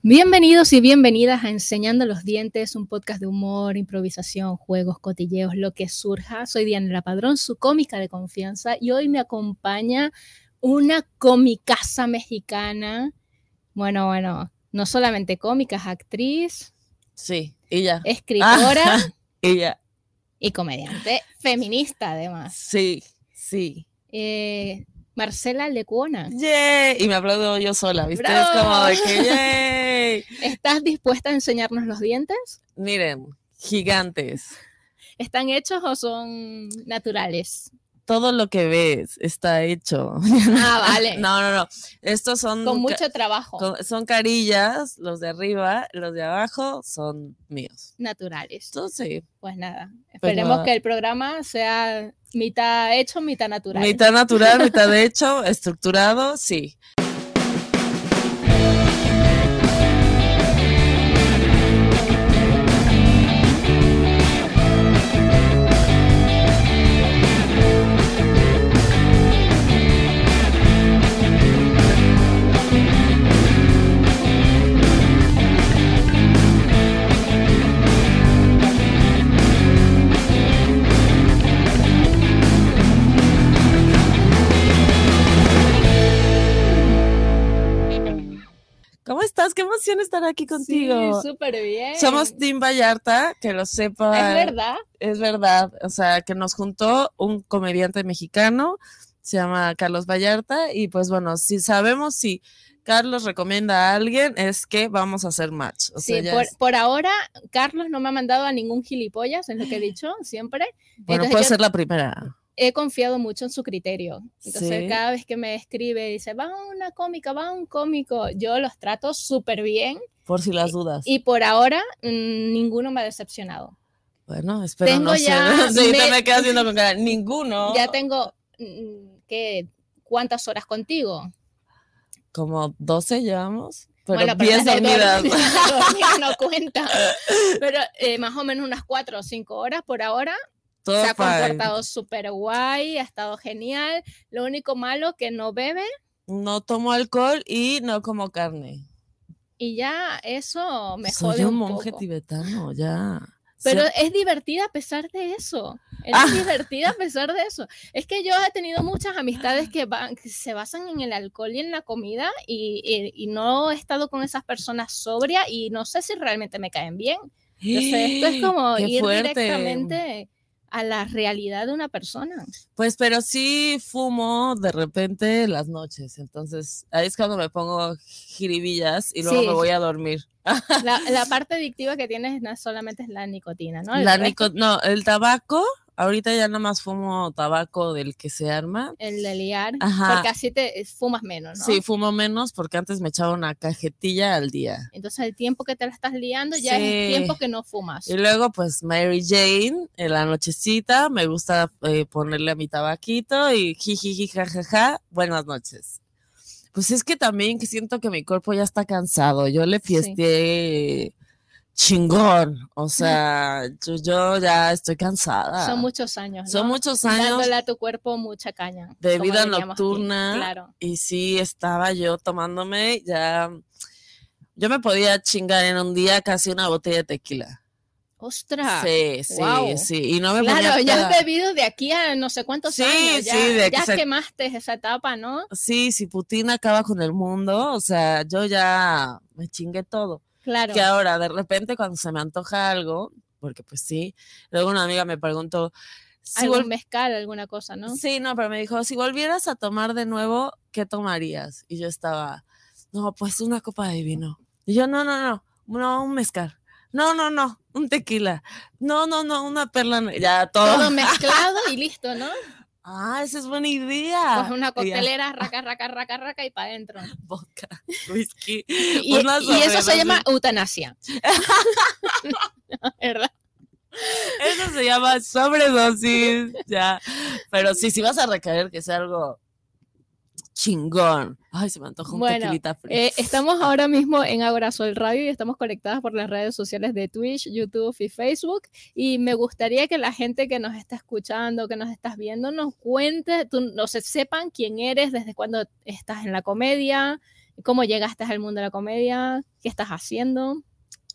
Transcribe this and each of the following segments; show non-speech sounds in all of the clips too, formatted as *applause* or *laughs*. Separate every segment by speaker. Speaker 1: Bienvenidos y bienvenidas a Enseñando los Dientes, un podcast de humor, improvisación, juegos, cotilleos, lo que surja. Soy Diana La Padrón, su cómica de confianza, y hoy me acompaña una comicaza mexicana. Bueno, bueno, no solamente cómica, es actriz,
Speaker 2: Sí, y ya.
Speaker 1: escritora
Speaker 2: Y ya.
Speaker 1: y comediante, feminista además.
Speaker 2: Sí, sí.
Speaker 1: Eh, Marcela Lecuona,
Speaker 2: ¡Yay! Y me aplaudo yo sola, ¿viste? Es como de
Speaker 1: *laughs*
Speaker 2: que ¡yay!
Speaker 1: ¿estás dispuesta a enseñarnos los dientes?
Speaker 2: Miren, gigantes.
Speaker 1: ¿Están hechos o son naturales?
Speaker 2: Todo lo que ves está hecho.
Speaker 1: Ah, vale.
Speaker 2: No, no, no. Estos son,
Speaker 1: Con
Speaker 2: Mm, ca-
Speaker 1: mucho trabajo.
Speaker 2: con- son carillas, los de arriba, los de abajo son míos.
Speaker 1: naturales.
Speaker 2: Entonces, sí,
Speaker 1: Pues nada, esperemos
Speaker 2: nada.
Speaker 1: que el programa sea mitad hecho, mitad natural.
Speaker 2: mitad natural,
Speaker 1: *laughs*
Speaker 2: mitad de hecho, estructurado, sí. ¿Cómo estás? Qué emoción estar aquí contigo.
Speaker 1: Sí, súper bien.
Speaker 2: Somos
Speaker 1: Es
Speaker 2: Team Vallarta, que lo sepa.
Speaker 1: verdad.
Speaker 2: es verdad, o sea, que nos juntó un comediante mexicano, se llama Carlos Vallarta, y pues bueno, si sabemos si Carlos recomienda a alguien, es que vamos a hacer match. O sea,
Speaker 1: sí,
Speaker 2: ya
Speaker 1: por,
Speaker 2: es-
Speaker 1: por ahora, Carlos no me ha mandado a ningún gilipollas, es lo que he dicho siempre.
Speaker 2: bueno,
Speaker 1: entonces
Speaker 2: puede
Speaker 1: yo-
Speaker 2: ser la primera.
Speaker 1: He confiado mucho en su criterio. Entonces,
Speaker 2: Sí.
Speaker 1: cada vez que me escribe, dice, va una cómica, va un cómico, yo los trato súper bien
Speaker 2: Por si las dudas.
Speaker 1: y por ahora mm, ninguno me ha decepcionado.
Speaker 2: bueno, espero
Speaker 1: tengo
Speaker 2: no
Speaker 1: ya
Speaker 2: ser. *laughs* Sí, te
Speaker 1: me-
Speaker 2: me quedas viendo con cara. Ninguno.
Speaker 1: Ya tengo, mm, ¿qué? ¿cuántas horas contigo?
Speaker 2: Como 12 llevamos, pero
Speaker 1: Bueno, *laughs* la
Speaker 2: 10
Speaker 1: de
Speaker 2: dormidas.
Speaker 1: dormir- la dormida no
Speaker 2: *laughs*
Speaker 1: cuenta. Pero eh, más o menos unas cuatro o cinco horas por ahora.
Speaker 2: Todo
Speaker 1: se ha
Speaker 2: Oh, fine.
Speaker 1: comportado súper guay, ha estado genial. Lo único malo que no bebe
Speaker 2: No tomo alcohol y no como carne.
Speaker 1: y ya eso me
Speaker 2: Soy
Speaker 1: jode
Speaker 2: un
Speaker 1: un
Speaker 2: monje
Speaker 1: poco.
Speaker 2: tibetano, ya. Ser-
Speaker 1: Pero es divertida a pesar de eso. Es
Speaker 2: Ah.
Speaker 1: divertida a pesar de eso. Es que yo he tenido muchas amistades
Speaker 2: Ah.
Speaker 1: que, van- que se basan en el alcohol y en la comida y, y- y no he estado con esas personas sobria y no sé si realmente me caen bien. Entonces, esto es como
Speaker 2: *gasps* ¡Qué
Speaker 1: ir
Speaker 2: fuerte!
Speaker 1: directamente a la realidad de una persona.
Speaker 2: Pues, pero sí fumo de repente las noches. Entonces, ahí es cuando me pongo jiribillas y luego
Speaker 1: Sí.
Speaker 2: me voy a dormir.
Speaker 1: La, la parte adictiva que tienes no solamente es la nicotina, ¿no? El
Speaker 2: La
Speaker 1: resto,
Speaker 2: nico- no, el tabaco, ahorita ya nada más fumo tabaco del que se arma.
Speaker 1: El de liar.
Speaker 2: Ajá.
Speaker 1: Porque así te eh, fumas menos, ¿no?
Speaker 2: Sí, fumo menos porque antes me echaba una cajetilla al día.
Speaker 1: Entonces el tiempo que te la estás liando ya es el
Speaker 2: Sí.
Speaker 1: tiempo que no fumas.
Speaker 2: Y luego, pues, Mary Jane, en la nochecita, me gusta eh, ponerle a mi tabaquito y jijiji, jajaja, buenas noches. Pues es que también que siento que mi cuerpo ya está cansado. Yo le
Speaker 1: Sí.
Speaker 2: fiesté chingón. O sea, yo, yo ya estoy cansada.
Speaker 1: Son muchos años,
Speaker 2: ah. Son
Speaker 1: ¿no?
Speaker 2: muchos años
Speaker 1: Dándole a tu cuerpo mucha caña.
Speaker 2: de
Speaker 1: como
Speaker 2: vida
Speaker 1: diríamos aquí.
Speaker 2: nocturna.
Speaker 1: Claro.
Speaker 2: Y sí, estaba yo tomándome ya. Yo me podía chingar en un día casi una botella de tequila.
Speaker 1: ¡Ostras!
Speaker 2: Sí, sí,
Speaker 1: guau.
Speaker 2: sí. Y no me
Speaker 1: Claro,
Speaker 2: ponía
Speaker 1: ya
Speaker 2: peda.
Speaker 1: has bebido de aquí a no sé cuántos
Speaker 2: Sí,
Speaker 1: años. Ya,
Speaker 2: sí, de que
Speaker 1: ya
Speaker 2: se-
Speaker 1: quemaste esa etapa, ¿no?
Speaker 2: Sí, si Putin acaba con el mundo, o sea, yo ya me chingué todo.
Speaker 1: Claro.
Speaker 2: Que ahora, de repente, cuando se me antoja algo, porque pues sí, luego una amiga me preguntó, si
Speaker 1: algún
Speaker 2: vol-
Speaker 1: mezcal, alguna cosa, ¿no?
Speaker 2: sí, no, pero me dijo, si volvieras a tomar de nuevo, ¿qué tomarías? Y yo estaba, no, pues una copa de vino. Y yo, no, no, no, no, un mezcal. No, no, no, un tequila. No, no, no, una perla. ne-". Ya todo.
Speaker 1: Todo mezclado y listo, ¿no?
Speaker 2: Ah, esa es buena idea.
Speaker 1: Coge una
Speaker 2: Y ya,
Speaker 1: coctelera, raca, raca, raca, raca y para adentro.
Speaker 2: vodka, whisky.
Speaker 1: Y,
Speaker 2: Una
Speaker 1: y eso se
Speaker 2: sobredosis.
Speaker 1: llama *laughs* eutanasia. ¿Verdad?
Speaker 2: Eso se llama sobredosis, ya. Pero sí, si vas a recaer que sea algo chingón. Ay, se me antojó un
Speaker 1: Bueno,
Speaker 2: tequilita fría.
Speaker 1: *laughs* Eh, estamos ahora mismo en Ahora Sol Radio y estamos conectadas por las redes sociales de Twitch, YouTube y Facebook. Y me gustaría que la gente que nos está escuchando, que nos estás viendo, nos cuente, tú, no sé, sepan quién eres, desde cuándo estás en la comedia, ¿Cómo llegaste al mundo de la comedia? ¿Qué estás haciendo?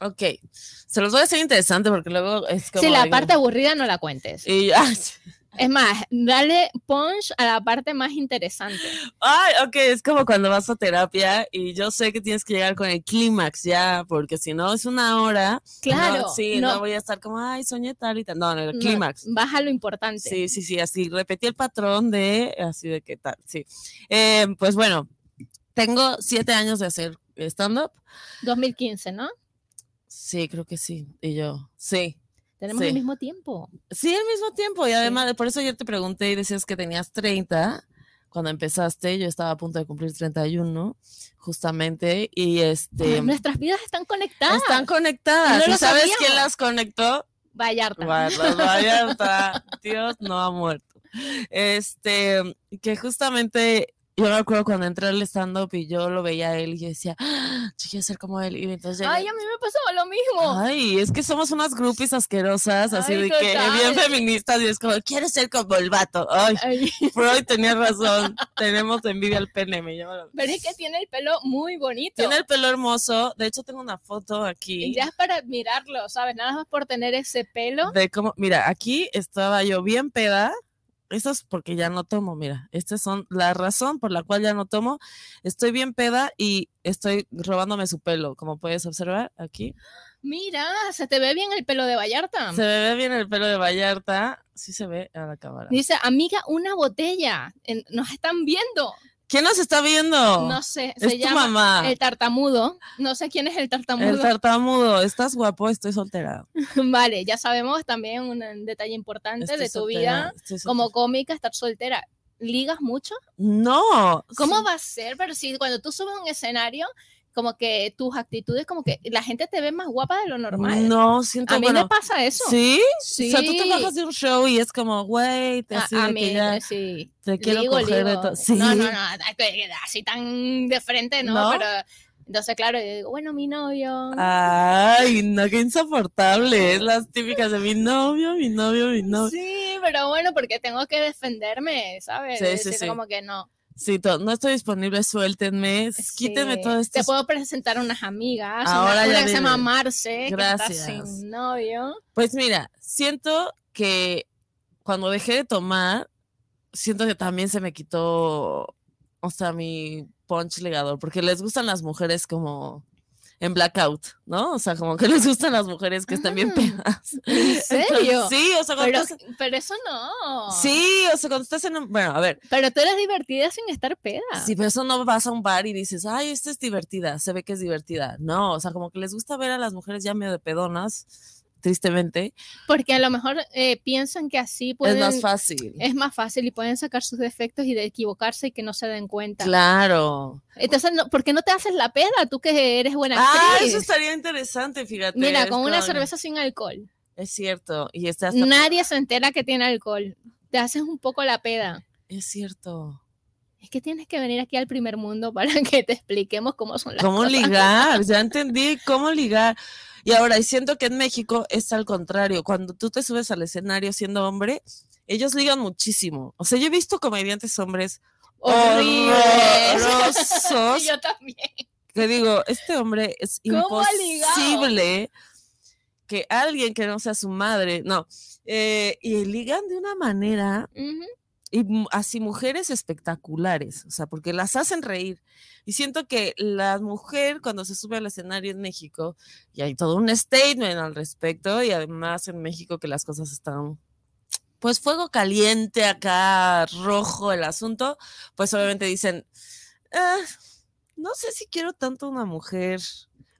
Speaker 2: Ok, se los voy a hacer interesante porque luego es como...
Speaker 1: Si la
Speaker 2: digo-
Speaker 1: parte aburrida no la cuentes.
Speaker 2: Y, *laughs* ah, sí.
Speaker 1: Es más, dale punch a la parte más interesante.
Speaker 2: Ay, ok, es como cuando vas a terapia y yo sé que tienes que llegar con el clímax ya, porque si no es una hora.
Speaker 1: Claro.
Speaker 2: No, sí, no. voy a estar como, ay, soñé tal y tal. No, no, el
Speaker 1: no,
Speaker 2: clímax.
Speaker 1: Baja lo importante.
Speaker 2: Sí, sí, sí, así repetí el patrón de así de qué tal, sí. Eh, pues bueno, tengo siete años de hacer stand-up.
Speaker 1: 2015, ¿no?
Speaker 2: Sí, creo que sí. Y yo, sí.
Speaker 1: Tenemos
Speaker 2: Sí.
Speaker 1: el mismo tiempo.
Speaker 2: Sí, al mismo tiempo. Y además, por eso ayer te pregunté y decías que tenías 30 cuando empezaste. Yo estaba a punto de cumplir 31, justamente. Y este.
Speaker 1: Ay, Nuestras vidas están conectadas.
Speaker 2: Están conectadas.
Speaker 1: No
Speaker 2: ¿Y
Speaker 1: lo
Speaker 2: sabes
Speaker 1: sabíamos.
Speaker 2: quién las conectó?
Speaker 1: Vallarta.
Speaker 2: Guarda, Vallarta. Dios no ha muerto. Este, que justamente yo me acuerdo cuando entré al stand-up y yo lo veía a él y yo decía, "Ah, yo quiero ser como él. Y entonces llegué,
Speaker 1: Ay, a mí me pasó lo mismo.
Speaker 2: Ay, es que somos unas groupies asquerosas, así
Speaker 1: Ay,
Speaker 2: de que bien
Speaker 1: total.
Speaker 2: feministas, y es como, quiero ser como el vato. Ay,
Speaker 1: Ay,
Speaker 2: Freud tenía razón, tenemos envidia al pene, me llama la-
Speaker 1: Pero es que tiene el pelo muy bonito.
Speaker 2: Tiene el pelo hermoso, de hecho tengo una foto aquí.
Speaker 1: Ya es para admirarlo, ¿sabes? Nada más por tener ese pelo.
Speaker 2: De cómo, mira, aquí estaba yo bien peda. Eso es porque ya no tomo, mira. Estas son la razón por la cual ya no tomo. Estoy bien peda y estoy robándome su pelo, como puedes observar aquí.
Speaker 1: Mira, se te ve bien el pelo de Vallarta.
Speaker 2: Se me ve bien el pelo de Vallarta. Sí se ve a la cámara.
Speaker 1: Dice, amiga, una botella. En- Nos están viendo.
Speaker 2: ¿Quién nos está viendo?
Speaker 1: No sé,
Speaker 2: Oh. es
Speaker 1: se
Speaker 2: tu
Speaker 1: llama
Speaker 2: mamá.
Speaker 1: el tartamudo. No sé quién es el tartamudo.
Speaker 2: Ah. El tartamudo. Estás guapo, estoy soltera.
Speaker 1: *laughs* Vale, ya sabemos también un, un detalle importante
Speaker 2: Estoy
Speaker 1: de tu
Speaker 2: soltera,
Speaker 1: vida
Speaker 2: estoy
Speaker 1: como
Speaker 2: soltera.
Speaker 1: cómica, estar soltera. ¿Ligas mucho?
Speaker 2: No.
Speaker 1: ¿Cómo va a ser? Pero si cuando tú subes a un escenario, como que tus actitudes, como que la gente te ve más guapa de lo normal.
Speaker 2: No, siento
Speaker 1: a mí
Speaker 2: bueno,
Speaker 1: me pasa eso.
Speaker 2: ¿Sí?
Speaker 1: Sí. Ah,
Speaker 2: O sea, tú te bajas de un show y es como, güey, te, así
Speaker 1: a, a
Speaker 2: de que
Speaker 1: mí, eh,
Speaker 2: ya
Speaker 1: sí.
Speaker 2: te quiero
Speaker 1: Ligo,
Speaker 2: coger de
Speaker 1: ligo.
Speaker 2: todo. Sí.
Speaker 1: No, no, no, así tan de frente, ¿no?
Speaker 2: ¿No? Ah,
Speaker 1: Pero entonces, claro, yo digo, bueno, mi novio.
Speaker 2: Ay, no, qué insoportable. Es las típicas de mi novio, mi novio, mi novio.
Speaker 1: Sí, pero bueno, porque tengo que defenderme, ¿sabes?
Speaker 2: Sí, sí,
Speaker 1: Decir
Speaker 2: sí.
Speaker 1: como que no.
Speaker 2: Sí, to- no estoy disponible, suéltenme, s- quítenme
Speaker 1: sí,
Speaker 2: todo este esto.
Speaker 1: Te puedo presentar unas amigas.
Speaker 2: Ahora
Speaker 1: una,
Speaker 2: ya
Speaker 1: una que se
Speaker 2: dime.
Speaker 1: llama Marce, que está
Speaker 2: Gracias.
Speaker 1: sin novio.
Speaker 2: Pues mira, siento que cuando dejé de tomar, siento que también se me quitó, o sea, mi punch legador, porque les gustan las mujeres como en blackout, ¿no? O sea, como que les gustan las mujeres que están bien
Speaker 1: Ah,
Speaker 2: pedas.
Speaker 1: *laughs* ¿En serio?
Speaker 2: sí, o sea, cuando
Speaker 1: pero,
Speaker 2: estás-
Speaker 1: pero eso no.
Speaker 2: Sí, o sea, cuando estás en un... Bueno, a ver,
Speaker 1: Pero tú eres divertida sin estar peda.
Speaker 2: si pero eso no vas a un bar y dices, ay, esta es divertida, se ve que es divertida. No, o sea, como que les gusta ver a las mujeres ya medio de pedonas, tristemente,
Speaker 1: Porque a lo mejor eh, piensan que así
Speaker 2: es
Speaker 1: pueden.
Speaker 2: más fácil.
Speaker 1: es más fácil y pueden sacar sus defectos y de equivocarse y que no se den cuenta.
Speaker 2: Claro.
Speaker 1: Entonces, no- ¿por qué no te haces la peda tú que eres buena
Speaker 2: Ah,
Speaker 1: actriz?
Speaker 2: eso estaría interesante, fíjate.
Speaker 1: Mira,
Speaker 2: es
Speaker 1: con una
Speaker 2: como-
Speaker 1: cerveza sin alcohol.
Speaker 2: Es cierto. Y este hasta-
Speaker 1: Nadie se entera que tiene alcohol. Te haces un poco la peda.
Speaker 2: Es cierto.
Speaker 1: Es que tienes que venir aquí al primer mundo para *laughs* que te expliquemos cómo son las
Speaker 2: ¿Cómo
Speaker 1: cosas.
Speaker 2: ligar? Ya entendí cómo ligar. Y ahora, y siento que en México es al contrario. Cuando tú te subes al escenario siendo hombre, ellos ligan muchísimo. O sea, yo he visto comediantes hombres
Speaker 1: Horribles.
Speaker 2: horrorosos
Speaker 1: Y *laughs* yo también.
Speaker 2: que digo, este hombre es
Speaker 1: ¿Cómo ha ligado?
Speaker 2: imposible que alguien que no sea su madre, no, Eh, y ligan de una manera
Speaker 1: Ujú.
Speaker 2: y mu- así mujeres espectaculares, o sea, porque las hacen reír. Y siento que la mujer cuando se sube al escenario en México, y hay todo un statement al respecto, y además en México que las cosas están, pues fuego caliente acá, rojo el asunto, pues obviamente dicen, "Ah, no sé si quiero tanto una mujer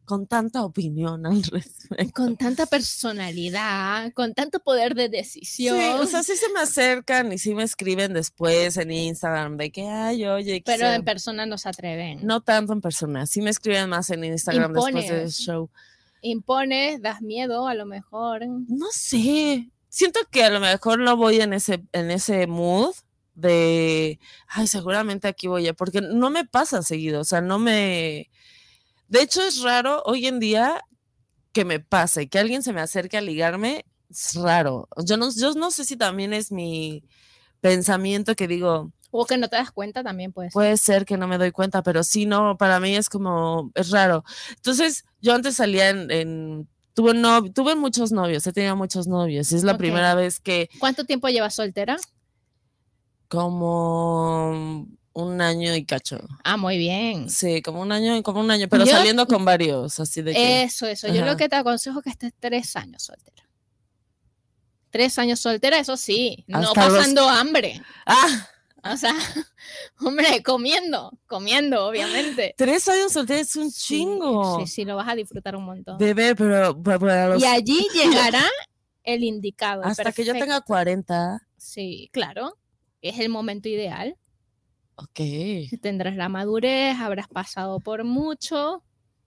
Speaker 2: con tanta opinión al respecto.
Speaker 1: Con tanta personalidad, con tanto poder de
Speaker 2: Sí,
Speaker 1: decisión.
Speaker 2: o sea, sí se me acercan y sí me escriben después en Instagram de que, ay, oye,
Speaker 1: pero
Speaker 2: quisiera-
Speaker 1: en persona no se atreven.
Speaker 2: no tanto en persona, sí me escriben más en Instagram después del
Speaker 1: Impones.
Speaker 2: show.
Speaker 1: Impones, das miedo a lo mejor.
Speaker 2: No sé, siento que a lo mejor no voy en ese, en ese mood de, ay, seguramente aquí voy a, porque no me pasa seguido, o sea, no me... De hecho, es raro hoy en día que me pase, que alguien se me acerque a ligarme, es raro. Yo no, yo no sé si también es mi pensamiento que digo,
Speaker 1: O que no te das cuenta también, pues.
Speaker 2: Puede ser que no me doy cuenta, pero sí, no, para mí es como, es raro. Entonces, yo antes salía en, en- tuve, no, tuve muchos novios, he tenido muchos novios, y es la
Speaker 1: Ok.
Speaker 2: primera vez que
Speaker 1: ¿Cuánto tiempo llevas soltera?
Speaker 2: como un año y cacho.
Speaker 1: Ah, muy bien.
Speaker 2: Sí, como un año, como un año, pero
Speaker 1: Yo- Eh,
Speaker 2: saliendo con varios, así de que...
Speaker 1: Eso, eso. Yo lo
Speaker 2: Ajá.
Speaker 1: que te aconsejo es que estés tres años soltera. Tres años soltera, eso sí, no
Speaker 2: Hasta los-
Speaker 1: pasando hambre.
Speaker 2: ¡Ah!
Speaker 1: O sea, *laughs* hombre, comiendo, comiendo, obviamente.
Speaker 2: Tres años soltera es un
Speaker 1: Sí,
Speaker 2: chingo.
Speaker 1: Sí, sí, lo vas a disfrutar un montón.
Speaker 2: Bebé, pero, pero para los-
Speaker 1: Y
Speaker 2: *laughs*
Speaker 1: allí llegará el indicado. el
Speaker 2: hasta que yo tenga
Speaker 1: perfecto.
Speaker 2: 40,
Speaker 1: Sí, claro. Es el momento ideal.
Speaker 2: ok.
Speaker 1: Tendrás la madurez, habrás pasado por mucho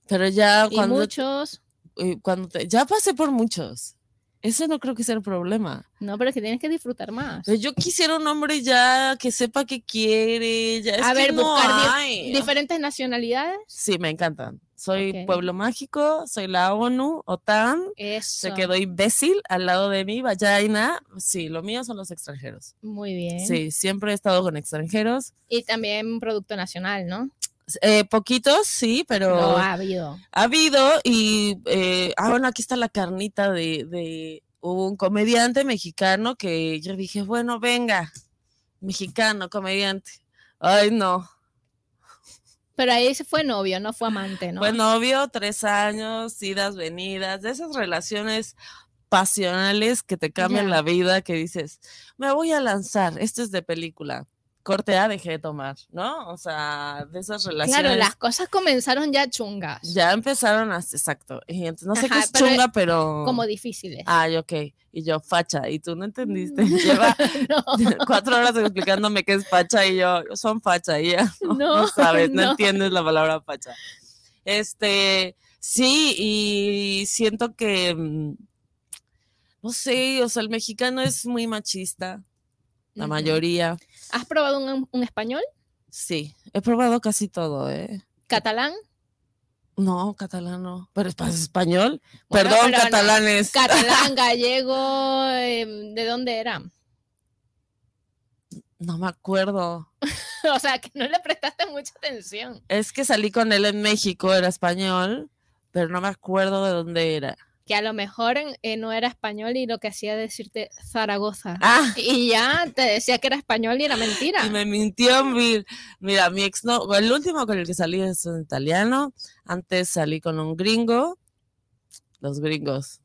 Speaker 2: Pero ya
Speaker 1: y
Speaker 2: cuando,
Speaker 1: muchos.
Speaker 2: eh, cuando te- ya pasé por muchos. Eso no creo que sea el problema.
Speaker 1: No, pero es que tienes que disfrutar más.
Speaker 2: Pero yo quisiera un hombre ya que sepa qué quiere. Ya es
Speaker 1: A
Speaker 2: que
Speaker 1: ver,
Speaker 2: no
Speaker 1: buscar dif-
Speaker 2: hay.
Speaker 1: Diferentes nacionalidades.
Speaker 2: Sí, me encantan. Soy
Speaker 1: Ok.
Speaker 2: Pueblo Mágico, soy la ONU, OTAN.
Speaker 1: Eso.
Speaker 2: Se quedó imbécil al lado de mí, vallaina. Sí, lo mío son los extranjeros.
Speaker 1: Muy bien.
Speaker 2: Sí, siempre he estado con extranjeros.
Speaker 1: Y también producto nacional, ¿no?
Speaker 2: Eh, poquitos, sí, pero
Speaker 1: Lo ha habido.
Speaker 2: ha habido y eh, ah, bueno, aquí está la carnita de, de un comediante mexicano que yo dije, bueno, venga, mexicano, comediante. Ay, no.
Speaker 1: Pero ahí se fue novio, no fue amante, ¿no?
Speaker 2: Fue Pues, novio, tres años, idas, venidas, de esas relaciones pasionales que te cambian
Speaker 1: Ya.
Speaker 2: la vida, que dices, me voy a lanzar, esto es de película. Corte A, dejé de tomar, ¿no? O sea, de esas relaciones.
Speaker 1: claro, las cosas comenzaron ya chungas,
Speaker 2: Ya empezaron a, exacto. Y entonces, no sé qué
Speaker 1: Ajá,
Speaker 2: es
Speaker 1: pero, eh,
Speaker 2: chunga, pero.
Speaker 1: como difíciles.
Speaker 2: Ay, ok. Y yo, facha. Y tú no entendiste.
Speaker 1: Mm.
Speaker 2: *laughs* Lleva
Speaker 1: no,
Speaker 2: *laughs* cuatro horas explicándome qué es facha y yo, son facha. Y ya, *laughs* no,
Speaker 1: No,
Speaker 2: no sabes,
Speaker 1: *laughs*
Speaker 2: no.
Speaker 1: no.
Speaker 2: entiendes la palabra facha. Este, sí, y siento que, mm, no sé, o sea, el mexicano es muy machista, la
Speaker 1: Ujú.
Speaker 2: mayoría.
Speaker 1: ¿Has probado un, un español?
Speaker 2: Sí, he probado casi todo, ¿eh? *laughs*
Speaker 1: ¿Catalán?
Speaker 2: No, catalano, pero es pa- español.
Speaker 1: Bueno,
Speaker 2: Perdón,
Speaker 1: pero no.
Speaker 2: catalanes.
Speaker 1: Catalán, gallego, em, ¿de dónde era? *laughs*
Speaker 2: No me acuerdo.
Speaker 1: o sea, que no le prestaste mucha atención.
Speaker 2: Es que salí con él en México, era español, pero no me acuerdo de dónde era.
Speaker 1: Que a lo mejor en- eh, no era español y lo que hacía decirte Zaragoza.
Speaker 2: Ah,
Speaker 1: Y ya te decía que era español y era mentira. *laughs*
Speaker 2: y me mintió. mi- Mira, mi ex no, el último con el que salí es un italiano. Antes salí con un gringo, los gringos.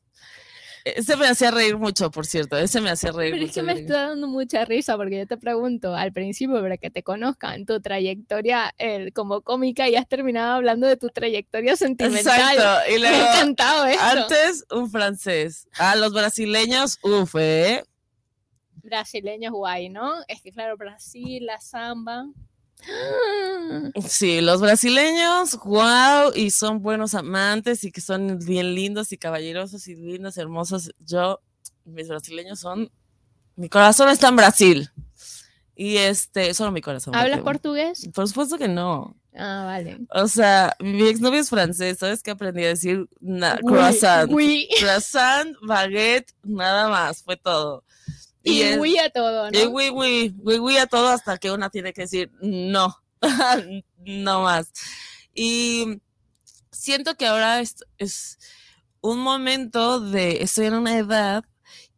Speaker 2: Eh, Ese me hacía reír mucho, por cierto. Ese me hacía reír
Speaker 1: Pero es
Speaker 2: mucho.
Speaker 1: que
Speaker 2: el
Speaker 1: me
Speaker 2: gringo.
Speaker 1: está dando mucha risa porque yo te pregunto al principio para que te conozcan tu trayectoria eh, como cómica y has terminado hablando de tu trayectoria sentimental.
Speaker 2: Exacto. Y
Speaker 1: Me ha
Speaker 2: luego,
Speaker 1: encantado esto.
Speaker 2: antes un francés. A los brasileños, uf, eh.
Speaker 1: Brasileños guay, ¿no? Es que claro, Brasil, la samba.
Speaker 2: Sí, los brasileños, wow, y son buenos amantes y que son bien lindos y caballerosos y lindas, hermosos. Yo, mis brasileños son, mi corazón está en Brasil. Y este, solo mi corazón.
Speaker 1: ¿Hablas
Speaker 2: porque-
Speaker 1: portugués?
Speaker 2: Por supuesto que no.
Speaker 1: Ah, vale.
Speaker 2: O sea, mi exnovio es francés, ¿sabes qué aprendí a decir? Na-
Speaker 1: Uy,
Speaker 2: Ah, croissant.
Speaker 1: uy,
Speaker 2: Croissant, baguette, nada más, fue todo.
Speaker 1: Y
Speaker 2: es-
Speaker 1: uy a todo,
Speaker 2: y
Speaker 1: ¿no?
Speaker 2: oui, oui, oui, oui a todo hasta que una tiene que decir no, *laughs* no más. Y siento que ahora es, es un momento de, estoy en una edad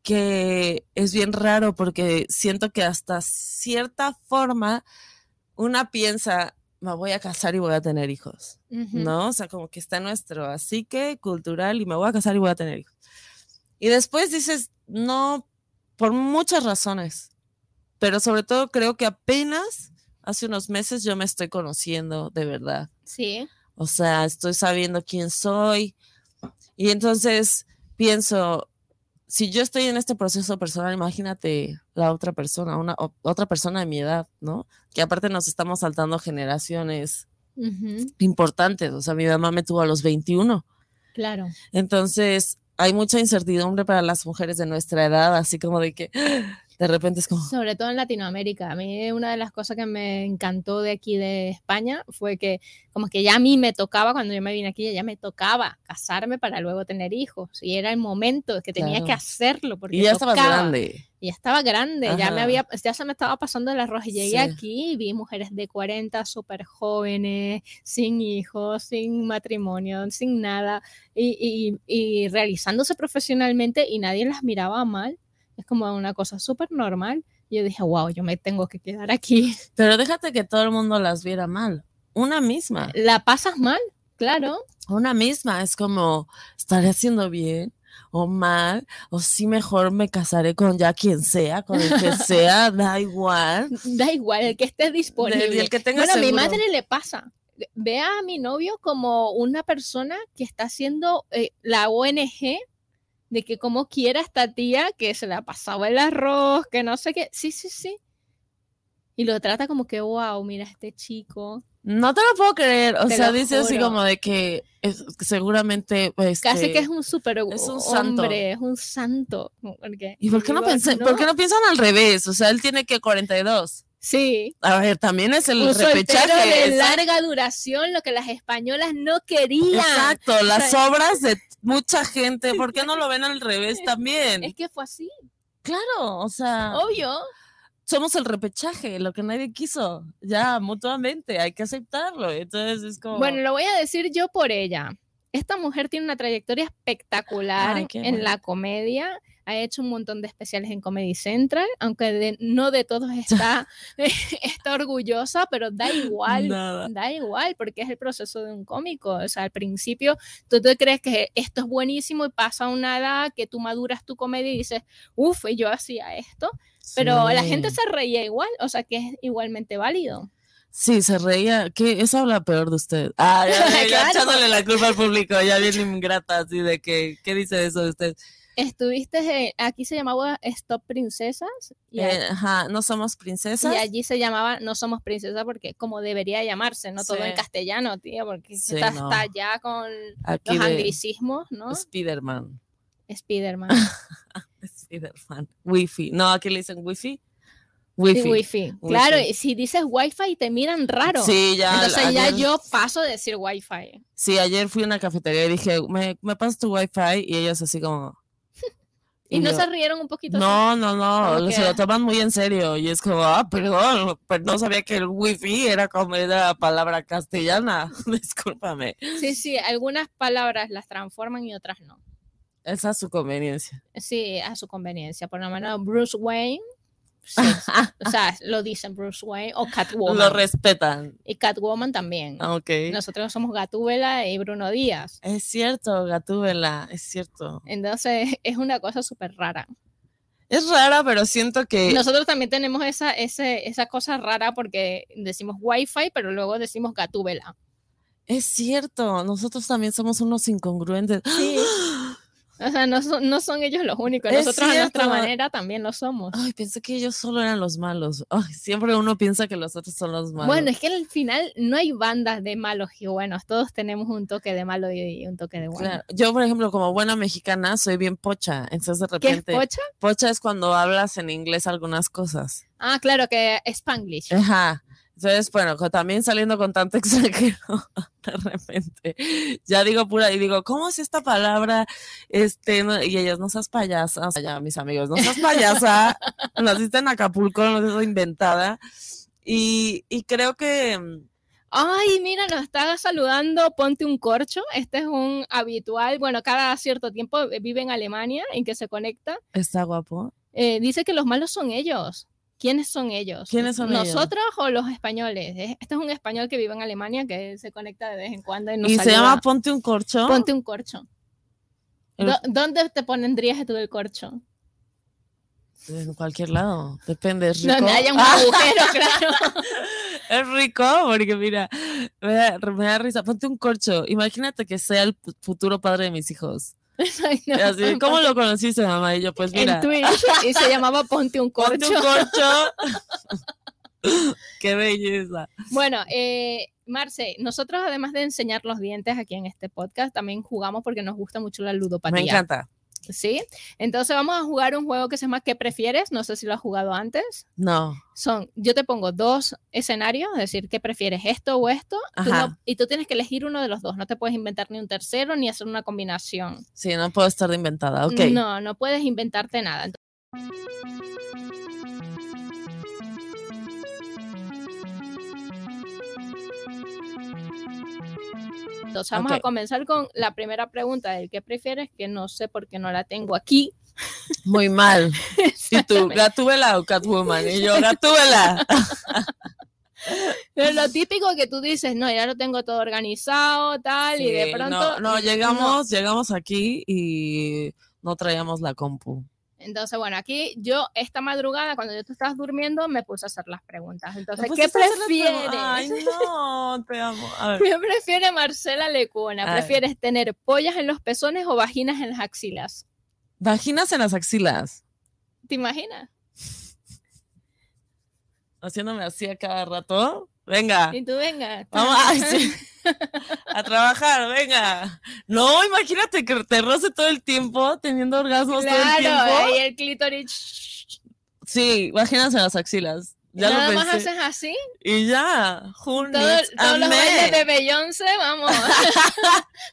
Speaker 2: que es bien raro porque siento que hasta cierta forma una piensa, me voy a casar y voy a tener hijos.
Speaker 1: Ujú.
Speaker 2: ¿no? O sea, como que está nuestro así que cultural y me voy a casar y voy a tener hijos. Y después dices, no, por muchas razones, pero sobre todo creo que apenas hace unos meses yo me estoy conociendo de verdad.
Speaker 1: Sí.
Speaker 2: O sea, estoy sabiendo quién soy. Y entonces pienso, si yo estoy en este proceso personal, imagínate la otra persona, una o- otra persona de mi edad, ¿no? Que aparte nos estamos saltando generaciones
Speaker 1: Ujú.
Speaker 2: importantes. O sea, mi mamá me tuvo a los 21.
Speaker 1: Claro.
Speaker 2: Entonces, hay mucha incertidumbre para las mujeres de nuestra edad, así como de que *gasps* de repente es como,
Speaker 1: Sobre todo en Latinoamérica. A mí una de las cosas que me encantó de aquí de España fue que como que ya a mí me tocaba, cuando yo me vine aquí, ya me tocaba casarme para luego tener hijos. Y era el momento que tenía
Speaker 2: Claro.
Speaker 1: que hacerlo porque
Speaker 2: y ya estabas
Speaker 1: tocaba.
Speaker 2: grande.
Speaker 1: ya estaba grande, ya me
Speaker 2: Ajá.
Speaker 1: había, ya se me estaba pasando el arroz. Y llegué
Speaker 2: Sí.
Speaker 1: aquí y vi mujeres de 40 súper jóvenes, sin hijos, sin matrimonio, sin nada, y, y- y realizándose profesionalmente y nadie las miraba mal. Es como una cosa súper normal. Y yo dije, wow, yo me tengo que quedar aquí.
Speaker 2: *laughs* Pero déjate que todo el mundo las viera mal. Una misma,
Speaker 1: ¿La pasas mal? Claro.
Speaker 2: una misma. Es como, ¿estaré haciendo bien o mal? O sí, mejor me casaré con ya quien sea, con el
Speaker 1: *laughs*
Speaker 2: que sea, da igual.
Speaker 1: Da igual, el que esté disponible.
Speaker 2: Del- del que tenga
Speaker 1: bueno, a mi
Speaker 2: seguro.
Speaker 1: madre le pasa. Ve a mi novio como una persona que está haciendo eh, la ONG de que como quiera esta tía que se la pasaba el arroz, que no sé qué. Sí, sí, sí. Y lo trata como que, wow, mira este chico.
Speaker 2: No te lo puedo creer. O
Speaker 1: Te
Speaker 2: sea,
Speaker 1: lo
Speaker 2: dice así
Speaker 1: juro.
Speaker 2: como de que es- seguramente. pues,
Speaker 1: Casi
Speaker 2: este,
Speaker 1: que es un super
Speaker 2: es un santo.
Speaker 1: hombre, es un santo. Porque-
Speaker 2: ¿Y por qué no,
Speaker 1: digo,
Speaker 2: pensé, por qué no piensan al revés? O sea, él tiene que 42.
Speaker 1: Sí.
Speaker 2: A ver, también es el
Speaker 1: un soltero
Speaker 2: repechaje.
Speaker 1: de
Speaker 2: exacto.
Speaker 1: larga duración, lo que las españolas no querían.
Speaker 2: Exacto, las
Speaker 1: sea,
Speaker 2: obras de mucha gente, ¿por qué no lo ven al *laughs* revés
Speaker 1: Es
Speaker 2: también? Oh.
Speaker 1: que fue así,
Speaker 2: Claro, o sea,
Speaker 1: obvio.
Speaker 2: somos el repechaje, lo que nadie quiso, ya mutuamente, hay que aceptarlo. Entonces es como,
Speaker 1: Bueno, lo voy a decir yo por ella. Esta mujer tiene una trayectoria espectacular
Speaker 2: Ay, qué
Speaker 1: en la
Speaker 2: bueno.
Speaker 1: comedia. Ha hecho un montón de especiales en Comedy Central, aunque de- no de todos está, *laughs* está orgullosa, pero da igual.
Speaker 2: nada.
Speaker 1: Da igual, porque es el proceso de un cómico. O sea, al principio tú te crees que esto es buenísimo y pasa una edad que tú maduras tu comedia y dices, uff, yo hacía esto, pero la gente
Speaker 2: Sí.
Speaker 1: se reía igual, o sea que es igualmente válido.
Speaker 2: Sí, se reía. ¿Qué? Eso habla peor de *laughs* usted. Ah, ya, ya, ya
Speaker 1: Claro.
Speaker 2: echándole la culpa al público, ya bien ingrata, así de que, ¿qué dice eso de usted?
Speaker 1: Estuviste, en- aquí se llamaba Stop Princesas y, a-
Speaker 2: Eh, ajá, no somos
Speaker 1: y
Speaker 2: princesas.
Speaker 1: allí se llamaba No Somos Princesas porque como debería llamarse, no todo en
Speaker 2: Sí.
Speaker 1: castellano, tío, porque
Speaker 2: Sí,
Speaker 1: está,
Speaker 2: no.
Speaker 1: está ya con los
Speaker 2: Aquí de
Speaker 1: anglicismos, ¿no?
Speaker 2: Spiderman. *laughs*
Speaker 1: Spiderman,
Speaker 2: Spiderman. Wifi. No, aquí le dicen wifi.
Speaker 1: sí,
Speaker 2: *laughs* Wifi.
Speaker 1: wifi. Claro,
Speaker 2: Wifi.
Speaker 1: y si dices wifi te miran raro.
Speaker 2: Sí, ya.
Speaker 1: Entonces ya
Speaker 2: ayer-
Speaker 1: yo paso de decir wifi.
Speaker 2: Sí, ayer fui a una cafetería y dije, ¿me, me pasas tu wifi? Y ellos así como...
Speaker 1: *laughs* Y no
Speaker 2: yo,
Speaker 1: se rieron un poquito.
Speaker 2: No, no, no,
Speaker 1: Como
Speaker 2: lo-
Speaker 1: que-
Speaker 2: se lo toman muy en serio y es como, ah, perdón, pero no sabía que el wifi era como era la palabra castellana, *laughs* discúlpame.
Speaker 1: así? Sí, sí, algunas palabras las transforman y otras no.
Speaker 2: Esa es su conveniencia.
Speaker 1: Sí, a su conveniencia. Por lo menos Bruce Wayne. sí,
Speaker 2: *laughs*
Speaker 1: o sea, lo dicen Bruce Wayne o Catwoman.
Speaker 2: Lo respetan,
Speaker 1: y Catwoman también.
Speaker 2: ok.
Speaker 1: Nosotros somos Gatúbela y Bruno Díaz.
Speaker 2: Es cierto, Gatúbela, es cierto.
Speaker 1: Entonces *laughs* es una cosa súper rara.
Speaker 2: Es rara, pero siento que...
Speaker 1: Nosotros también tenemos esa, ese, esa cosa rara porque decimos Wi-Fi, pero luego decimos Gatúbela.
Speaker 2: Es cierto, nosotros también somos unos incongruentes.
Speaker 1: Sí. *gasps* O sea, no son, no son ellos los únicos.
Speaker 2: Es
Speaker 1: Nosotros a nuestra
Speaker 2: cierto.
Speaker 1: manera también lo somos.
Speaker 2: Ay, pensé que ellos solo eran los malos. Ay, siempre uno piensa que los otros son los malos.
Speaker 1: Bueno, es que al final no hay bandas de malos y buenos. Todos tenemos un toque de malo y un toque de bueno.
Speaker 2: Claro. Yo, por ejemplo, como buena mexicana, soy bien pocha. Entonces, de
Speaker 1: ¿Qué es
Speaker 2: repente,
Speaker 1: pocha?
Speaker 2: pocha es cuando hablas en inglés algunas cosas.
Speaker 1: Ah, claro, que es Spanglish.
Speaker 2: Ajá. Entonces, bueno, co- también saliendo con tanto *laughs* extranjero, de repente, ya digo pura, y digo, ¿cómo es esta palabra? Este, no- y ellas, no seas payasa, o sea, ya, mis amigos,
Speaker 1: *laughs*
Speaker 2: no seas payasa, naciste en Acapulco, no seas inventada. Y, y creo que, mm,
Speaker 1: Ay, mira, nos está saludando Ponte un Corcho. Este es un habitual, bueno, cada cierto tiempo eh, vive en Alemania, en que se conecta.
Speaker 2: está guapo.
Speaker 1: Eh, dice que los malos son ellos. ¿Quiénes son ellos?
Speaker 2: ¿Quiénes son ellos?
Speaker 1: ¿Nosotros o los españoles? Eh, Este es un español que vive en Alemania que se conecta de vez en cuando y nos
Speaker 2: y se
Speaker 1: saluda.
Speaker 2: llama Ponte un Corcho.
Speaker 1: Ponte un corcho.
Speaker 2: El-
Speaker 1: Do- ¿Dónde te pondrías tú el corcho?
Speaker 2: En cualquier lado, depende. ¿es rico?
Speaker 1: Donde haya un
Speaker 2: Ah, *laughs*
Speaker 1: agujero, claro.
Speaker 2: es rico porque mira, me da, me da risa. Ponte un corcho. Imagínate que sea el pu- futuro padre de mis hijos.
Speaker 1: Ay, no. *laughs*
Speaker 2: Y así, ¿Cómo lo conociste, mamá? Y yo, pues
Speaker 1: En
Speaker 2: mira,
Speaker 1: Twitch y se llamaba Ponte un corcho.
Speaker 2: ponte un corcho.
Speaker 1: *laughs*
Speaker 2: Qué belleza.
Speaker 1: Bueno, eh, Marce, nosotros además de enseñar los dientes aquí en este podcast, también jugamos porque nos gusta mucho la
Speaker 2: Me
Speaker 1: ludopatía.
Speaker 2: encanta.
Speaker 1: ¿Sí? Entonces vamos a jugar un juego que se llama ¿Qué prefieres? No sé si lo has jugado antes.
Speaker 2: No.
Speaker 1: Son, yo te pongo dos escenarios, es decir, ¿qué prefieres? ¿Esto o esto? Tú no-
Speaker 2: Ajá.
Speaker 1: y tú tienes que elegir uno de los dos. No te puedes inventar ni un tercero ni hacer una combinación.
Speaker 2: Sí, no puedo estar de inventada. Ok.
Speaker 1: No, no puedes inventarte nada. Entonces vamos
Speaker 2: Ok.
Speaker 1: a comenzar con la primera pregunta del que prefieres, que no sé por qué no la tengo aquí. *laughs*
Speaker 2: Muy mal. Y tú, Gatúbela o Catwoman. Y yo,
Speaker 1: *laughs*
Speaker 2: Gatúbela.
Speaker 1: Pero lo típico que tú dices, no, ya lo tengo todo organizado, tal, y de
Speaker 2: Sí,
Speaker 1: pronto...
Speaker 2: No, no, llegamos, llegamos aquí y no traíamos la compu.
Speaker 1: Entonces, bueno, aquí yo esta madrugada, cuando yo tú estabas durmiendo, me puse a hacer las preguntas. Entonces,
Speaker 2: Pues
Speaker 1: ¿qué
Speaker 2: esta es la
Speaker 1: prefieres?
Speaker 2: pregunta. Ay, no, te amo. A ver.
Speaker 1: ¿Qué prefiere Marcela Lecuna?
Speaker 2: A ver.
Speaker 1: ¿Prefieres tener pollas en los pezones o vaginas en las axilas?
Speaker 2: *laughs* Vaginas en las axilas.
Speaker 1: ¿Te imaginas?
Speaker 2: Haciéndome así a cada rato. Venga.
Speaker 1: Y tú venga.
Speaker 2: Ah. Vamos *laughs*
Speaker 1: *laughs*
Speaker 2: ay, sí. a trabajar, venga. No, imagínate que te roce todo el tiempo, teniendo orgasmos todo el tiempo.
Speaker 1: Claro, eh. y el clítoris.
Speaker 2: Sí, vaginas en las axilas. Ya
Speaker 1: Nada
Speaker 2: lo
Speaker 1: más
Speaker 2: pensé. ah,
Speaker 1: haces así.
Speaker 2: Y ya,
Speaker 1: Todo-
Speaker 2: who needs a
Speaker 1: todos los
Speaker 2: man?
Speaker 1: bailes de Beyoncé,
Speaker 2: *laughs*
Speaker 1: vamos.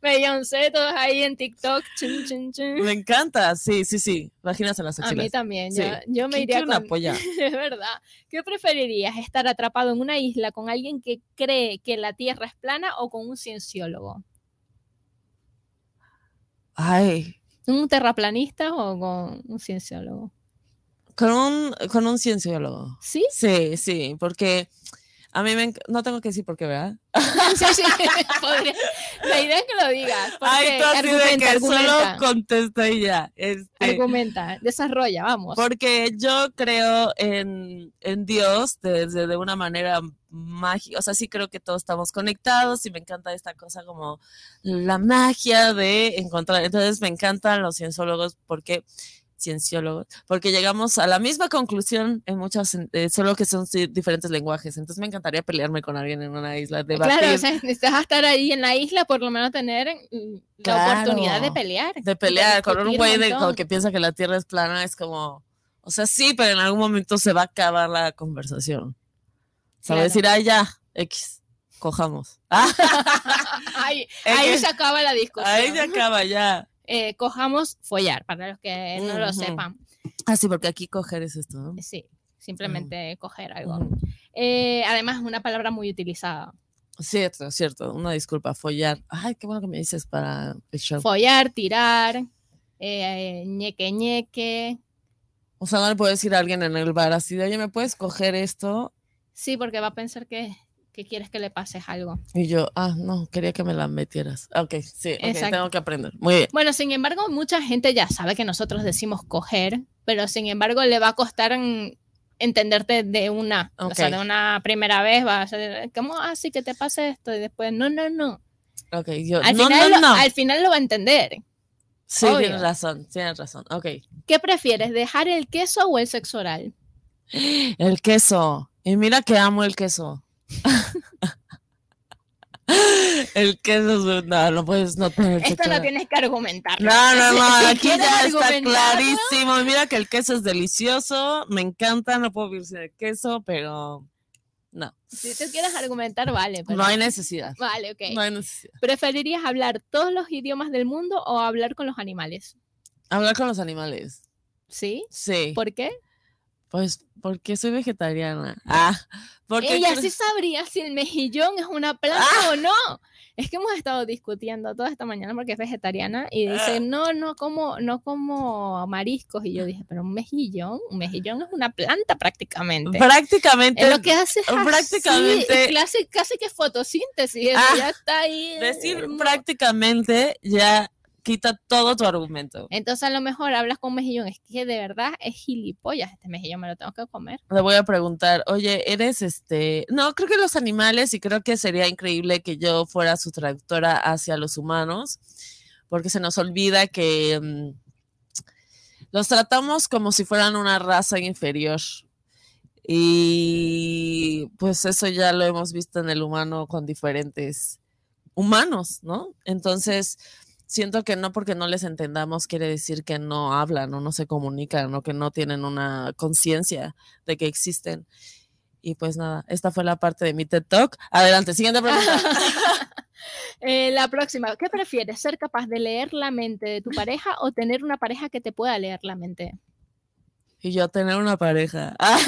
Speaker 1: Beyoncé, todos ahí en TikTok. chun, chun, chun.
Speaker 2: Me encanta, sí, sí, sí. Vaginas en las
Speaker 1: A mí
Speaker 2: axilas.
Speaker 1: también.
Speaker 2: Sí.
Speaker 1: Yo, yo me
Speaker 2: ¿Quién
Speaker 1: iría
Speaker 2: quiere una
Speaker 1: con,
Speaker 2: polla?
Speaker 1: *laughs* Es verdad. ¿Qué preferirías? ¿Estar atrapado en una isla con alguien que cree que la Tierra es plana o con un cienciólogo?
Speaker 2: Ay,
Speaker 1: ¿Un terraplanista o con un cienciólogo?
Speaker 2: con un, con un cienciólogo.
Speaker 1: ¿Sí? *laughs*
Speaker 2: Sí, sí, porque a mí me enc- no tengo que decir por qué, ¿verdad?
Speaker 1: Sí, sí, podría- La idea es que lo digas. porque
Speaker 2: Ay, tú así de que
Speaker 1: argumenta,
Speaker 2: solo
Speaker 1: argumenta,
Speaker 2: contesta y ya. Este,
Speaker 1: argumenta, desarrolla, vamos.
Speaker 2: Porque yo creo en, en Dios desde de una manera mágica. O sea, sí creo que todos estamos conectados y me encanta esta cosa como la magia de encontrar. Entonces me encantan los cienciólogos porque cienciólogos, porque llegamos a la misma conclusión en muchas, eh, solo que son sí, diferentes lenguajes. Entonces me encantaría pelearme con alguien en una isla, debatir,
Speaker 1: Claro, o sea, necesitas estar ahí en la isla, por lo menos tener mm, la
Speaker 2: Claro.
Speaker 1: oportunidad de pelear.
Speaker 2: de pelear con un
Speaker 1: discutir
Speaker 2: güey de-
Speaker 1: montón.
Speaker 2: con que piensa que la Tierra es plana. Es como, o sea, sí, pero en algún momento se va a acabar la conversación. Se va
Speaker 1: Claro.
Speaker 2: a decir, ah, ya, X, cojamos. *laughs*
Speaker 1: Ahí,
Speaker 2: Es
Speaker 1: ahí
Speaker 2: que-
Speaker 1: se acaba la discusión.
Speaker 2: ahí se acaba ya.
Speaker 1: eh, cojamos follar, para los que no lo
Speaker 2: Ujú.
Speaker 1: sepan.
Speaker 2: Ah, sí, porque aquí coger es esto, ¿no?
Speaker 1: Sí, simplemente coger algo.
Speaker 2: Mm. Ujú.
Speaker 1: Eh, además, es una palabra muy utilizada.
Speaker 2: Cierto, cierto. Una disculpa, follar. Ay, qué bueno que me dices para el show.
Speaker 1: Follar, tirar, eh, ñeque, ñeque.
Speaker 2: O sea, no le puedo decir a alguien en el bar así de, oye, ¿me puedes coger esto?
Speaker 1: Sí, porque va a pensar que, que quieres que le pases algo.
Speaker 2: Y yo, ah, no, quería que me la metieras. Ah, Ok, sí, ok,
Speaker 1: Exacto.
Speaker 2: tengo que aprender. Muy bien.
Speaker 1: Bueno, sin embargo, mucha gente ya sabe que nosotros decimos coger, pero sin embargo le va a costar en- entenderte de una. O sea,
Speaker 2: Ok.
Speaker 1: de una primera vez va a ser, ¿cómo así que te pase esto? Y después, no, no, no.
Speaker 2: Ok, yo,
Speaker 1: Al,
Speaker 2: no,
Speaker 1: final,
Speaker 2: no,
Speaker 1: lo-
Speaker 2: no.
Speaker 1: al final lo va a entender.
Speaker 2: Sí,
Speaker 1: Obvio.
Speaker 2: tienes razón, tienes razón. Ok.
Speaker 1: ¿Qué prefieres, dejar el queso o el sexo oral?
Speaker 2: El queso. Y mira que amo el queso. *laughs* el queso es no, no puedes no tener
Speaker 1: Esto
Speaker 2: sexo
Speaker 1: no
Speaker 2: oral.
Speaker 1: tienes que argumentar.
Speaker 2: No, no, no,
Speaker 1: Si
Speaker 2: aquí
Speaker 1: quieres
Speaker 2: ya está
Speaker 1: argumentarlo,
Speaker 2: clarísimo. Y Mira que el queso es delicioso, me encanta, no puedo vivir sin el queso, pero no,
Speaker 1: Si tú quieres argumentar, vale. pero-
Speaker 2: no hay necesidad.
Speaker 1: Vale, ok.
Speaker 2: No hay necesidad.
Speaker 1: ¿Preferirías hablar todos los idiomas del mundo o hablar con los animales?
Speaker 2: Hablar con los animales.
Speaker 1: ¿Sí?
Speaker 2: Sí.
Speaker 1: ¿Por qué?
Speaker 2: Pues porque soy vegetariana. Ah, porque
Speaker 1: Ella
Speaker 2: creo-
Speaker 1: sí sabría si el mejillón es una planta
Speaker 2: ¡Ah!
Speaker 1: o no. Es que hemos estado discutiendo toda esta mañana porque es vegetariana y dice,
Speaker 2: Ah.
Speaker 1: no, no como, no como mariscos. Y yo dije, pero un mejillón, un mejillón es una planta prácticamente.
Speaker 2: prácticamente
Speaker 1: Es lo que hace es así,
Speaker 2: prácticamente-
Speaker 1: y casi, casi que fotosíntesis, eso
Speaker 2: Ah,
Speaker 1: ya está ahí. eh, mm.
Speaker 2: decir
Speaker 1: mo-
Speaker 2: prácticamente ya quita todo tu argumento.
Speaker 1: Entonces a lo mejor hablas con mejillón, es que de verdad es gilipollas, este mejillón me lo tengo que comer.
Speaker 2: Le voy a preguntar, oye, eres este. No, creo que los animales, y creo que sería increíble que yo fuera su traductora hacia los humanos, porque se nos olvida que mm, los tratamos como si fueran una raza inferior. Y pues eso ya lo hemos visto en el humano con diferentes humanos, ¿no? Entonces, siento que no porque no les entendamos quiere decir que no hablan o no se comunican o que no tienen una conciencia de que existen. Y pues nada, esta fue la parte de mi TED Talk. Adelante, siguiente pregunta.
Speaker 1: *laughs* Eh, la próxima, ¿qué prefieres? ¿Ser capaz de leer la mente de tu pareja o tener una pareja que te pueda leer la mente?
Speaker 2: Y yo tener una pareja. *laughs* Ah,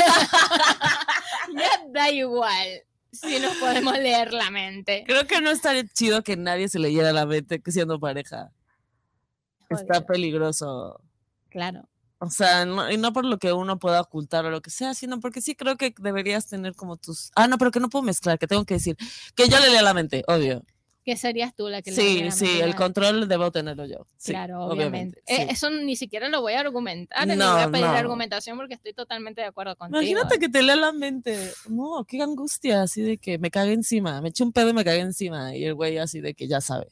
Speaker 1: Ya *laughs* da igual si nos podemos leer la mente.
Speaker 2: Creo que no estaría chido que nadie se leyera la mente que siendo pareja. Está
Speaker 1: Jodido.
Speaker 2: peligroso.
Speaker 1: Claro.
Speaker 2: O sea, no, y no por lo que uno pueda ocultar o lo que sea, sino porque sí creo que deberías tener como tus... Ah, no, pero que no puedo mezclar, que tengo que decir que yo le lea la mente, obvio.
Speaker 1: Que serías tú la que le
Speaker 2: Sí,
Speaker 1: diera
Speaker 2: sí,
Speaker 1: mentira.
Speaker 2: el control debo tenerlo yo. Sí,
Speaker 1: Claro, obviamente.
Speaker 2: sí.
Speaker 1: Eh, eso ni siquiera lo voy a argumentar, no,
Speaker 2: No,
Speaker 1: voy a pedir
Speaker 2: no.
Speaker 1: argumentación porque estoy totalmente de acuerdo contigo.
Speaker 2: Imagínate que te lea la mente. No, qué angustia, así de que me cague encima, me eché un pedo y me cague encima. Y el güey así de que ya sabe.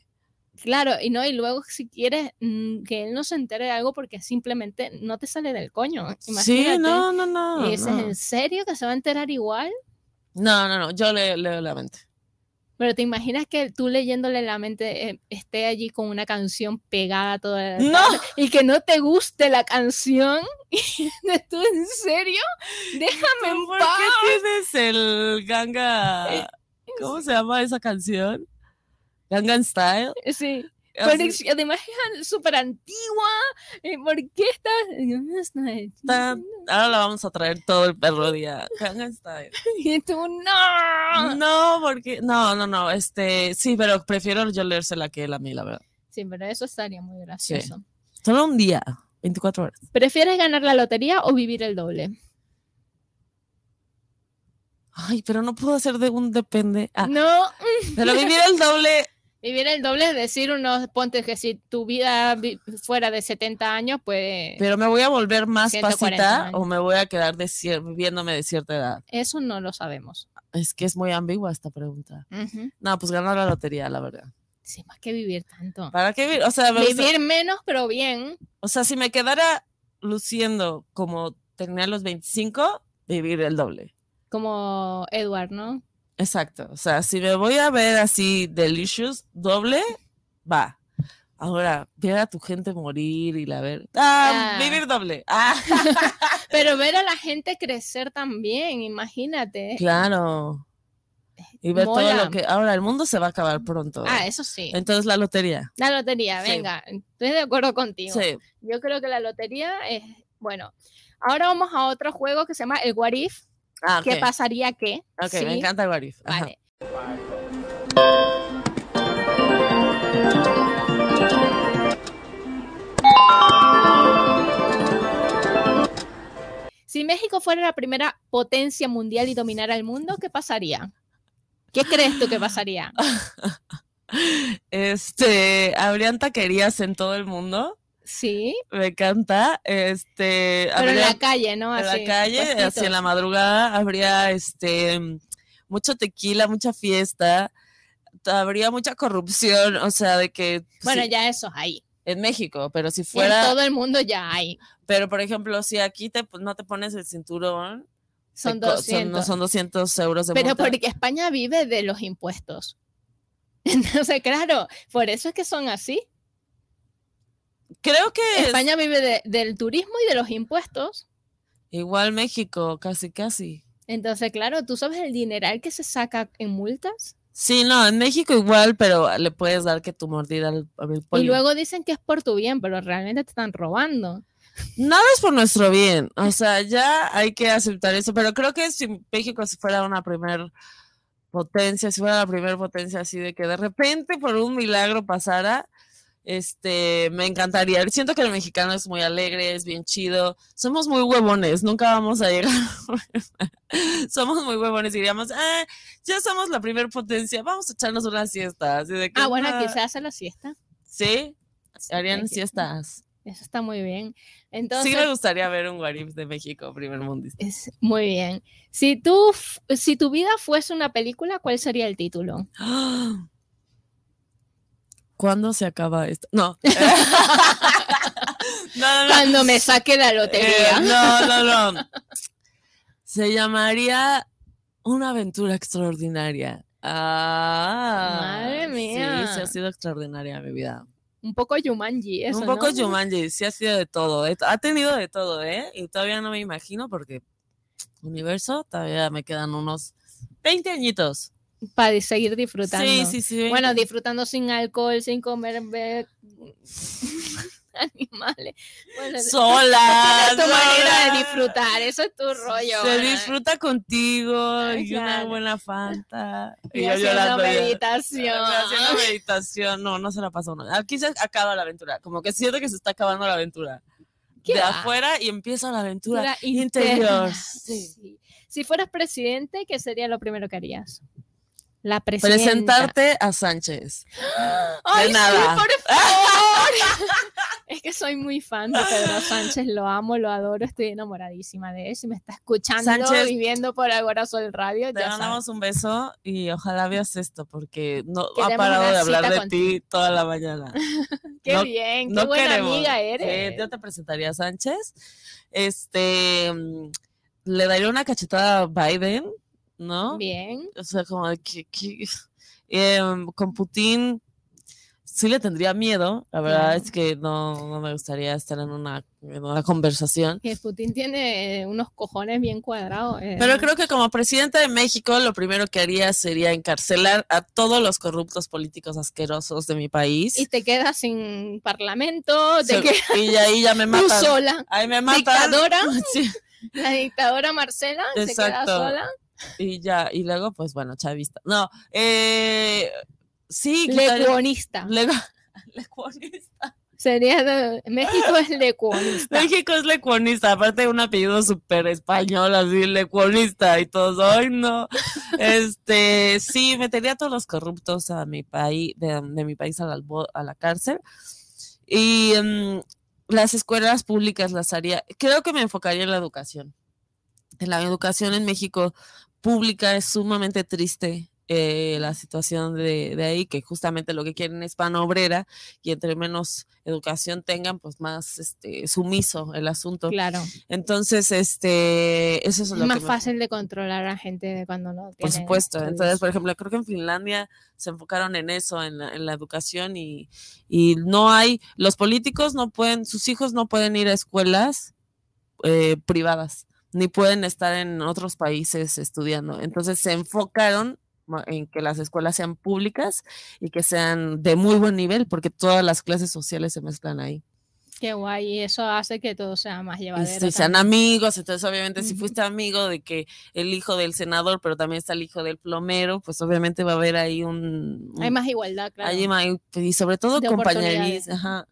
Speaker 1: Claro, y no, y luego si quieres mm, que él no se entere de algo porque simplemente no te sale del coño. Imagínate.
Speaker 2: Sí, no, no, no.
Speaker 1: Y dices,
Speaker 2: no.
Speaker 1: ¿en serio que se va a enterar igual?
Speaker 2: No, no, no, yo le leo
Speaker 1: *laughs*
Speaker 2: la mente.
Speaker 1: Pero te imaginas que tú leyéndole la mente eh, esté allí con una canción pegada toda la
Speaker 2: No.
Speaker 1: tarde y que no te guste la canción. *laughs* ¿Tú en serio? Déjame en
Speaker 2: ¿Por
Speaker 1: paz.
Speaker 2: qué tienes el
Speaker 1: *laughs*
Speaker 2: ganga? ¿Cómo se llama esa canción? Gangan Style.
Speaker 1: *laughs* Sí, pero
Speaker 2: Así,
Speaker 1: es- además es súper antigua. eh, ¿Por qué estás?
Speaker 2: tan- ahora la vamos a traer todo el perro día.
Speaker 1: *laughs*
Speaker 2: Gangan Style.
Speaker 1: Y tú, no.
Speaker 2: No, porque. No, no, no. Este, sí, pero prefiero yo leérsela que él a mí, la verdad.
Speaker 1: Sí, pero eso estaría muy gracioso.
Speaker 2: Solo un día, 24 horas.
Speaker 1: ¿Prefieres ganar la lotería o vivir el doble?
Speaker 2: Ay, pero no puedo hacer de un depende.
Speaker 1: *laughs*
Speaker 2: Ah,
Speaker 1: No,
Speaker 2: pero vivir el doble.
Speaker 1: vivir el doble es decir, unos ponte que si tu vida vi- fuera de 70 años, pues
Speaker 2: Pero me voy a volver más
Speaker 1: 140
Speaker 2: pasita o me voy a quedar de cier- viéndome de cierta edad.
Speaker 1: eso no lo sabemos.
Speaker 2: Es que es muy ambigua esta pregunta. No, pues ganar la lotería, la verdad.
Speaker 1: Sí, más que vivir tanto.
Speaker 2: ¿Para qué vivir? O sea, me gusta-
Speaker 1: Vivir menos, pero bien.
Speaker 2: o sea, si me quedara luciendo como tenía los 25, vivir el doble.
Speaker 1: Como Edward, ¿no?
Speaker 2: Exacto. O sea, si me voy a ver así delicious, doble, va. Ahora, ver a tu gente morir y la ver. Ah,
Speaker 1: Ah.
Speaker 2: vivir doble. Ah,
Speaker 1: Pero ver a la gente crecer también, imagínate.
Speaker 2: claro. Y ver todo
Speaker 1: Mola.
Speaker 2: lo que. Ahora, el mundo se va a acabar pronto.
Speaker 1: Ah, eso sí.
Speaker 2: Entonces, la lotería.
Speaker 1: La lotería,
Speaker 2: Sí.
Speaker 1: venga, estoy de acuerdo contigo.
Speaker 2: Sí.
Speaker 1: Yo creo que la lotería es, bueno, ahora vamos a otro juego que se llama el What If,
Speaker 2: Ah, ok.
Speaker 1: ¿qué pasaría qué?
Speaker 2: Ok,
Speaker 1: Sí,
Speaker 2: me encanta el what if. Ajá.
Speaker 1: Vale. Si México fuera la primera potencia mundial y dominara el mundo, ¿qué pasaría? ¿Qué crees tú que pasaría?
Speaker 2: Este, habrían taquerías en todo el mundo.
Speaker 1: Sí,
Speaker 2: Me encanta. Este,
Speaker 1: pero en la
Speaker 2: habría-
Speaker 1: calle, ¿no?
Speaker 2: en la
Speaker 1: Así,
Speaker 2: calle, así en la
Speaker 1: puestitos.
Speaker 2: madrugada, habría este mm, mucho tequila, mucha fiesta, habría mucha corrupción, o sea, de que
Speaker 1: Bueno,
Speaker 2: sí,
Speaker 1: ya eso es ahí.
Speaker 2: en México, pero si
Speaker 1: Y en
Speaker 2: fuera,
Speaker 1: todo el mundo ya hay.
Speaker 2: pero por ejemplo, si aquí te, pon- no te pones el cinturón, te
Speaker 1: Son
Speaker 2: co-
Speaker 1: 200.
Speaker 2: son- no son 200 euros de
Speaker 1: Pero e-
Speaker 2: multa.
Speaker 1: porque España vive de los impuestos. *laughs* Entonces, claro, por eso es que son así.
Speaker 2: Creo que es-
Speaker 1: España vive de- del turismo y de los impuestos.
Speaker 2: igual México, casi casi.
Speaker 1: Entonces, claro, tú sabes el dineral que se saca en multas.
Speaker 2: Sí, no, en México igual, pero le puedes dar que tu mordida al, al
Speaker 1: Y
Speaker 2: poli.
Speaker 1: luego dicen que es por tu bien, pero realmente te están robando.
Speaker 2: Nada es por nuestro bien, o sea, ya hay que aceptar eso, pero creo que si México si fuera una primer potencia, si fuera la primera potencia así de que de repente por un milagro pasara, este, me encantaría. Siento que el mexicano es muy alegre, es bien chido, somos muy huevones, nunca vamos a llegar. *laughs* somos muy huevones, diríamos, "Ah, ya somos la primera potencia, vamos a echarnos una siesta, así de que
Speaker 1: Ah, bueno, aquí
Speaker 2: "Ah,
Speaker 1: se hace la siesta.
Speaker 2: sí, harían
Speaker 1: Aquí-
Speaker 2: siestas.
Speaker 1: Eso está muy bien. Entonces,
Speaker 2: sí me gustaría ver un Warif de México, primer mundista.
Speaker 1: es muy bien. Si, tú, f- si tu vida fuese una película, ¿cuál sería el título?
Speaker 2: ¡Ah! ¿Cuándo se acaba esto? No. *laughs* no, no, no.
Speaker 1: Cuando me saque la
Speaker 2: Ah. Eh,
Speaker 1: lotería.
Speaker 2: no, no, no. Se llamaría Una aventura extraordinaria. Ah,
Speaker 1: Madre mía.
Speaker 2: Sí, sí ha sido extraordinaria mi vida.
Speaker 1: Un poco Jumanji, eso,
Speaker 2: un poco
Speaker 1: ¿no?
Speaker 2: Jumanji, sí ha sido de todo. eh, Ha tenido de todo, ¿eh? Y todavía no me imagino porque universo, todavía me quedan unos 20 añitos.
Speaker 1: Para seguir disfrutando.
Speaker 2: Sí, sí, sí.
Speaker 1: Bueno, disfrutando sin alcohol, sin comer. be- *laughs* animales. Bueno, *laughs*
Speaker 2: Sola.
Speaker 1: es tu
Speaker 2: sola.
Speaker 1: manera de disfrutar, eso es tu rollo.
Speaker 2: Se
Speaker 1: ¿verdad?
Speaker 2: disfruta contigo y una
Speaker 1: Claro.
Speaker 2: buena fanta.
Speaker 1: Y,
Speaker 2: yo
Speaker 1: haciendo
Speaker 2: llorando ya.
Speaker 1: meditación. Ah,
Speaker 2: Haciendo meditación. No, no se la pasa uno. Aquí se acaba la aventura. Como que siento que se está acabando la aventura.
Speaker 1: ¿Qué
Speaker 2: de
Speaker 1: va?
Speaker 2: afuera y empieza la aventura.
Speaker 1: Cultura
Speaker 2: interior,
Speaker 1: interna,
Speaker 2: sí.
Speaker 1: *laughs* sí. Si fueras presidente, ¿qué sería lo primero que harías? La presidenta.
Speaker 2: Presentarte a Sánchez.
Speaker 1: Ay,
Speaker 2: de
Speaker 1: sí,
Speaker 2: nada. *laughs*
Speaker 1: por favor. es que soy muy fan de Pedro Sánchez, lo amo, lo adoro, estoy enamoradísima de él. Si me está escuchando,
Speaker 2: Sánchez,
Speaker 1: viviendo por Agora Sol Radio,
Speaker 2: Te
Speaker 1: ya sabes.
Speaker 2: mandamos un beso y ojalá veas esto porque no ha
Speaker 1: Queremos
Speaker 2: parado
Speaker 1: una
Speaker 2: de hablar
Speaker 1: cita
Speaker 2: de ti toda la mañana.
Speaker 1: Qué
Speaker 2: no-
Speaker 1: bien, qué
Speaker 2: no
Speaker 1: buena
Speaker 2: queremos.
Speaker 1: amiga
Speaker 2: Eh,
Speaker 1: eres.
Speaker 2: yo te presentaría a Sánchez. Este mm, le daría una cachetada a Biden, ¿no?
Speaker 1: Bien.
Speaker 2: O sea, como de que, que- em, con Putin sí le tendría miedo. La verdad
Speaker 1: Claro.
Speaker 2: es que no, no me gustaría estar en una, en una conversación.
Speaker 1: Que Putin tiene eh, unos cojones bien cuadrados. eh.
Speaker 2: Pero creo que como presidenta de México, lo primero que haría sería encarcelar a todos los corruptos políticos asquerosos de mi país.
Speaker 1: Y te quedas sin parlamento, te
Speaker 2: Se-
Speaker 1: quedas
Speaker 2: y ahí ya
Speaker 1: *laughs*
Speaker 2: me
Speaker 1: tú
Speaker 2: matan.
Speaker 1: sola.
Speaker 2: Ahí me matan.
Speaker 1: Dictadora.
Speaker 2: *laughs* Sí.
Speaker 1: La dictadora Marcela se queda
Speaker 2: Exacto.
Speaker 1: sola.
Speaker 2: Y ya, y luego, pues bueno, chavista. No, eh, sí, quitaría-
Speaker 1: Lecuonista.
Speaker 2: Lego- *laughs* lecuonista.
Speaker 1: Sería de- México es lecuonista.
Speaker 2: *laughs* México es lecuonista, aparte de un apellido súper español, así, lecuonista, y todos, ay, no. Este, sí, metería a todos los corruptos a mi país, de, de mi país a la, albo- a la cárcel. Y mm, las escuelas públicas las haría, creo que me enfocaría en la educación. En la educación en México pública es sumamente triste. eh, la situación de, de ahí, que justamente lo que quieren es pan obrera y entre menos educación tengan, pues más este, sumiso el asunto.
Speaker 1: Claro,
Speaker 2: Entonces, este, eso es
Speaker 1: es
Speaker 2: lo
Speaker 1: más
Speaker 2: que me-
Speaker 1: fácil de controlar a gente de cuando no
Speaker 2: por
Speaker 1: tiene
Speaker 2: supuesto.
Speaker 1: estudios.
Speaker 2: Entonces, por ejemplo, creo que en Finlandia se enfocaron en eso, en la, en la educación y, y no hay, los políticos no pueden, sus hijos no pueden ir a escuelas eh, privadas, ni pueden estar en otros países estudiando. Entonces se enfocaron ma- en que las escuelas sean públicas y que sean de muy buen nivel, porque todas las clases sociales se mezclan ahí.
Speaker 1: Qué guay, y eso hace que todo sea más
Speaker 2: Y
Speaker 1: llevadero.
Speaker 2: si Este, sean amigos, entonces obviamente si
Speaker 1: Ujú.
Speaker 2: fuiste amigo de que el hijo del senador, pero también está el hijo del plomero, pues obviamente va a haber ahí un...
Speaker 1: también. Hay
Speaker 2: un-
Speaker 1: más igualdad, claro.
Speaker 2: ahí ma- y sobre todo
Speaker 1: De oportunidades.
Speaker 2: compañerismo. Ajá.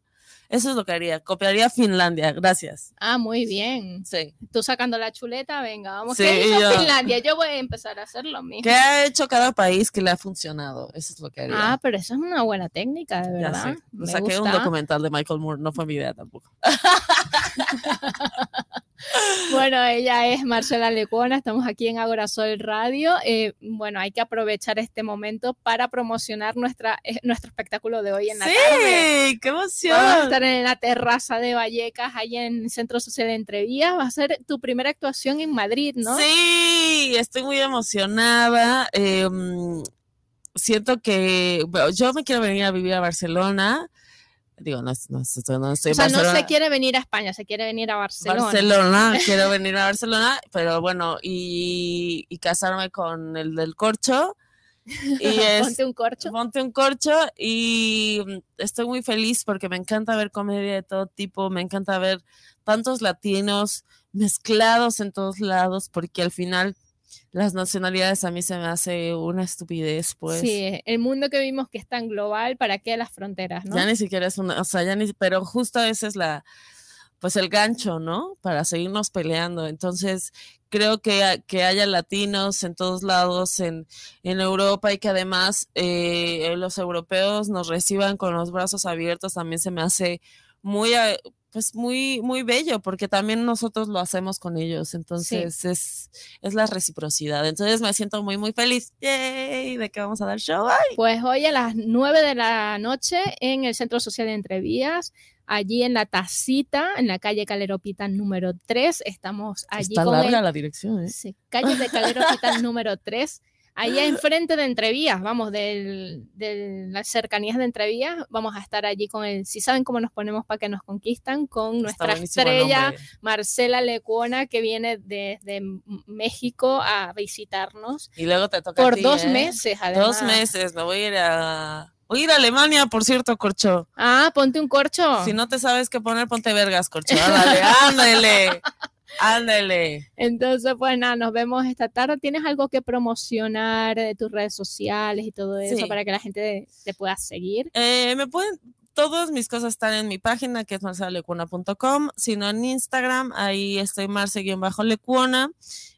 Speaker 2: Eso es lo que haría. Copiaría Finlandia. Gracias.
Speaker 1: Ah, muy bien. *laughs*
Speaker 2: Sí.
Speaker 1: Tú sacando la chuleta, venga, vamos.
Speaker 2: Sí,
Speaker 1: ¿Qué hizo
Speaker 2: yo-
Speaker 1: Finlandia? Yo voy a empezar a hacer lo mismo.
Speaker 2: ¿Qué ha hecho cada país que le ha funcionado? Eso es lo que haría.
Speaker 1: Ah, pero eso es una buena técnica, de
Speaker 2: Ya
Speaker 1: verdad.
Speaker 2: sé.
Speaker 1: Me
Speaker 2: Saqué un
Speaker 1: gusta.
Speaker 2: documental de Michael Moore. No fue mi idea tampoco.
Speaker 1: Bueno, ella es Marcela Lecuona, estamos aquí en Agora Sol Radio. Eh, bueno, hay que aprovechar este momento para promocionar nuestra, eh, nuestro espectáculo de hoy en la tarde.
Speaker 2: Sí, qué
Speaker 1: Vamos a
Speaker 2: emoción.
Speaker 1: estar en la terraza de Vallecas, allá en el Centro Social de Entrevías. Va a ser tu primera actuación en Madrid, ¿no?
Speaker 2: Sí, estoy muy emocionada. eh, mm, siento que bueno, yo me quiero venir a vivir a Barcelona. Digo, no, no, no, no estoy
Speaker 1: O
Speaker 2: en
Speaker 1: sea, no
Speaker 2: Barcelona.
Speaker 1: se quiere venir a España, se quiere venir a Barcelona. *laughs*
Speaker 2: Barcelona, quiero venir a Barcelona, pero bueno, y, y casarme con el del corcho.
Speaker 1: *laughs*
Speaker 2: Y es,
Speaker 1: Ponte un corcho.
Speaker 2: Ponte un corcho y mm, estoy muy feliz porque me encanta ver comedia de todo tipo, me encanta ver tantos latinos mezclados en todos lados porque al final las nacionalidades a mí se me hace una estupidez, pues.
Speaker 1: Sí, el mundo que vimos que es tan global, ¿para qué las fronteras, no?
Speaker 2: Ya ni siquiera es una, o sea, ya ni, pero justo ese es la, pues el gancho, ¿no? Para seguirnos peleando. Entonces, creo que, ha- que haya latinos en todos lados en, en Europa y que además eh, los europeos nos reciban con los brazos abiertos también se me hace muy, eh, pues muy, muy bello, porque también nosotros lo hacemos con ellos. Entonces, es, es la reciprocidad. Entonces, me siento muy, muy feliz. ¡Yay! De que vamos a dar show. ¡Ay!
Speaker 1: Pues hoy a las 9 de la noche en el Centro Social de Entrevías, allí en la Tacita, en la calle Caleropita número 3. Estamos allí
Speaker 2: Está
Speaker 1: con
Speaker 2: larga
Speaker 1: el-
Speaker 2: la dirección, ¿eh?
Speaker 1: Sí, calle de
Speaker 2: *laughs*
Speaker 1: Caleropita número 3. Allá enfrente de Entrevías, vamos, del- de las cercanías de Entrevías, vamos a estar allí con el, si saben cómo nos ponemos para que nos conquistan, con
Speaker 2: Está
Speaker 1: nuestra
Speaker 2: buenísimo el
Speaker 1: estrella
Speaker 2: nombre.
Speaker 1: Marcela Lecuona, que viene desde M- México a visitarnos
Speaker 2: Y luego te toca a
Speaker 1: por
Speaker 2: ti,
Speaker 1: dos
Speaker 2: ¿eh?
Speaker 1: meses, además.
Speaker 2: Dos meses, me voy a ir a... O ir a Alemania, por cierto, Corcho.
Speaker 1: Ah, ponte un corcho.
Speaker 2: Si no te sabes qué poner, ponte vergas, Corcho. Ándale,
Speaker 1: *laughs*
Speaker 2: ándale. Ándale.
Speaker 1: Entonces, pues nada, nos vemos esta tarde. ¿Tienes algo que promocionar de tus redes sociales y todo eso
Speaker 2: Sí.
Speaker 1: para que la gente te pueda seguir?
Speaker 2: Eh, me pueden. Todas mis cosas están en mi página, que es marcelecuona.com, sino en Instagram, ahí estoy marce-lecuona.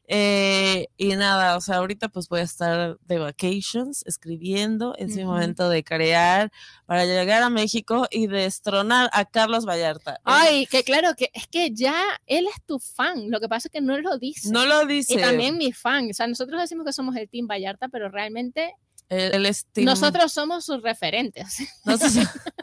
Speaker 2: Eh, y nada, o sea, ahorita pues voy a estar de vacations, escribiendo, es mi
Speaker 1: Ujú.
Speaker 2: momento de crear para llegar a México y destronar a Carlos Vallarta.
Speaker 1: Ay, que claro, que es que ya él es tu fan. Lo que pasa es que no lo dice.
Speaker 2: No lo dice.
Speaker 1: y también mi fan. O sea, nosotros decimos que somos el Team Vallarta, pero realmente
Speaker 2: Él- él es team-
Speaker 1: nosotros somos sus referentes.
Speaker 2: nosotros- *laughs*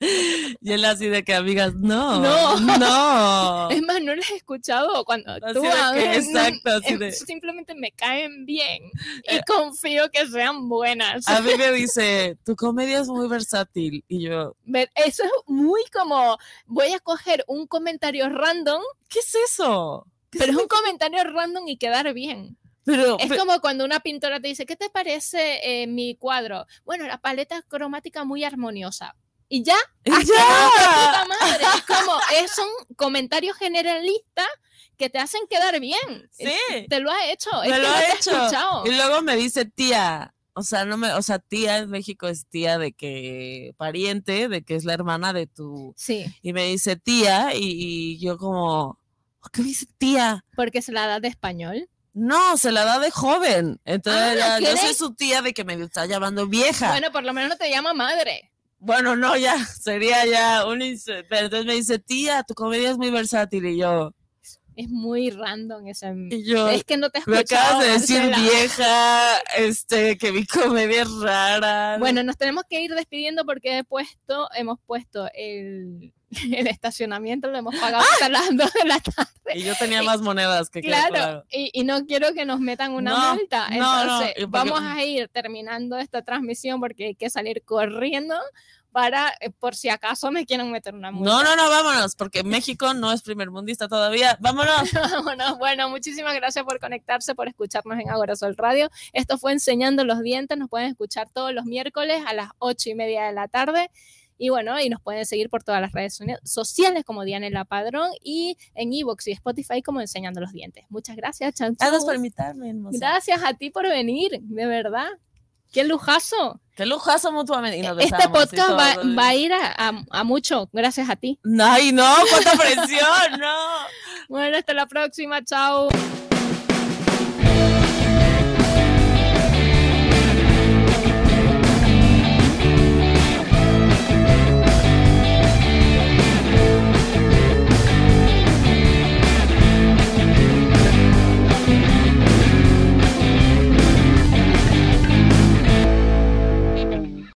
Speaker 2: y él así de que, amigas, no.
Speaker 1: No. *laughs*
Speaker 2: No.
Speaker 1: Es más, no les he escuchado cuando
Speaker 2: Así
Speaker 1: tú
Speaker 2: de que,
Speaker 1: hablas, no-
Speaker 2: exacto, así
Speaker 1: em,
Speaker 2: de-
Speaker 1: Simplemente me caen bien y
Speaker 2: Eh,
Speaker 1: confío que sean buenas.
Speaker 2: A mí me dice, tu comedia es muy versátil. Y yo,
Speaker 1: Ver, Eso es muy como, voy a coger un comentario random,
Speaker 2: ¿qué es eso? ¿Qué
Speaker 1: pero es
Speaker 2: eso?
Speaker 1: un comentario random y quedar bien.
Speaker 2: Pero,
Speaker 1: Es
Speaker 2: pe-
Speaker 1: como cuando una pintora te dice, ¿qué te parece eh, mi cuadro? Bueno, la paleta cromática muy armoniosa. Y ya,
Speaker 2: y
Speaker 1: has quedado de *laughs* puta
Speaker 2: *laughs* ya.
Speaker 1: madre. Es como, es- son comentarios generalistas que te hacen quedar bien. Eh,
Speaker 2: Sí.
Speaker 1: Te lo ha hecho.
Speaker 2: Me
Speaker 1: es que
Speaker 2: lo
Speaker 1: no
Speaker 2: ha
Speaker 1: te he
Speaker 2: hecho.
Speaker 1: escuchado.
Speaker 2: Y luego me dice tía. O sea, no me, o sea, tía en México es tía de que pariente, de que es la hermana de tu.
Speaker 1: Sí,
Speaker 2: Y me dice tía, y, y yo como, ¿por qué me dice tía?
Speaker 1: porque se la da de español.
Speaker 2: No, se la da de joven. Entonces
Speaker 1: Ah,
Speaker 2: ya, yo
Speaker 1: ¿quieres?
Speaker 2: soy su tía de que me está llamando vieja. Bueno,
Speaker 1: Bueno, por lo menos no te llama madre.
Speaker 2: no, ya, sería ya un inse- Pero entonces me dice, tía, tu comedia es muy versátil. Y yo,
Speaker 1: Es muy random esa.
Speaker 2: y yo,
Speaker 1: Es que no te he
Speaker 2: *laughs* me
Speaker 1: escuchado.
Speaker 2: acabas de decir
Speaker 1: Marcela.
Speaker 2: vieja, este, que mi comedia es rara.
Speaker 1: Bueno, nos tenemos que ir despidiendo porque he puesto, hemos puesto el, *laughs* el estacionamiento, lo hemos
Speaker 2: ¡Ah!
Speaker 1: pagado hasta las 2 de la tarde.
Speaker 2: Y yo tenía más monedas que quede
Speaker 1: eh, Claro, Y, y no quiero que nos metan una
Speaker 2: No,
Speaker 1: multa.
Speaker 2: no, no,
Speaker 1: Entonces,
Speaker 2: y porque-
Speaker 1: vamos a ir terminando esta transmisión porque hay que salir corriendo para, eh, por si acaso me quieren meter una multa.
Speaker 2: No, no, no, vámonos, porque México no es primer mundista todavía.
Speaker 1: *laughs*
Speaker 2: Vámonos.
Speaker 1: Vámonos. Bueno, muchísimas gracias por conectarse, por escucharnos en Agora Sol Radio. Esto fue Enseñando los Dientes. Nos pueden escuchar todos los miércoles a las ocho y media de la tarde. Y bueno, y nos pueden seguir por todas las redes so- sociales como Dianela Padrón y en Evox y Spotify como Enseñando los Dientes. Muchas gracias, Chan.
Speaker 2: Gracias por invitarme, hermosa.
Speaker 1: Gracias a ti por venir, de verdad. Qué lujazo.
Speaker 2: Qué lujazo mutuamente. Y nos
Speaker 1: Este
Speaker 2: besamos y
Speaker 1: podcast va,
Speaker 2: todo.
Speaker 1: va a ir a, a- a mucho, gracias a ti.
Speaker 2: Ay, no, cuánta presión, *laughs* no.
Speaker 1: Bueno, hasta la próxima, chao.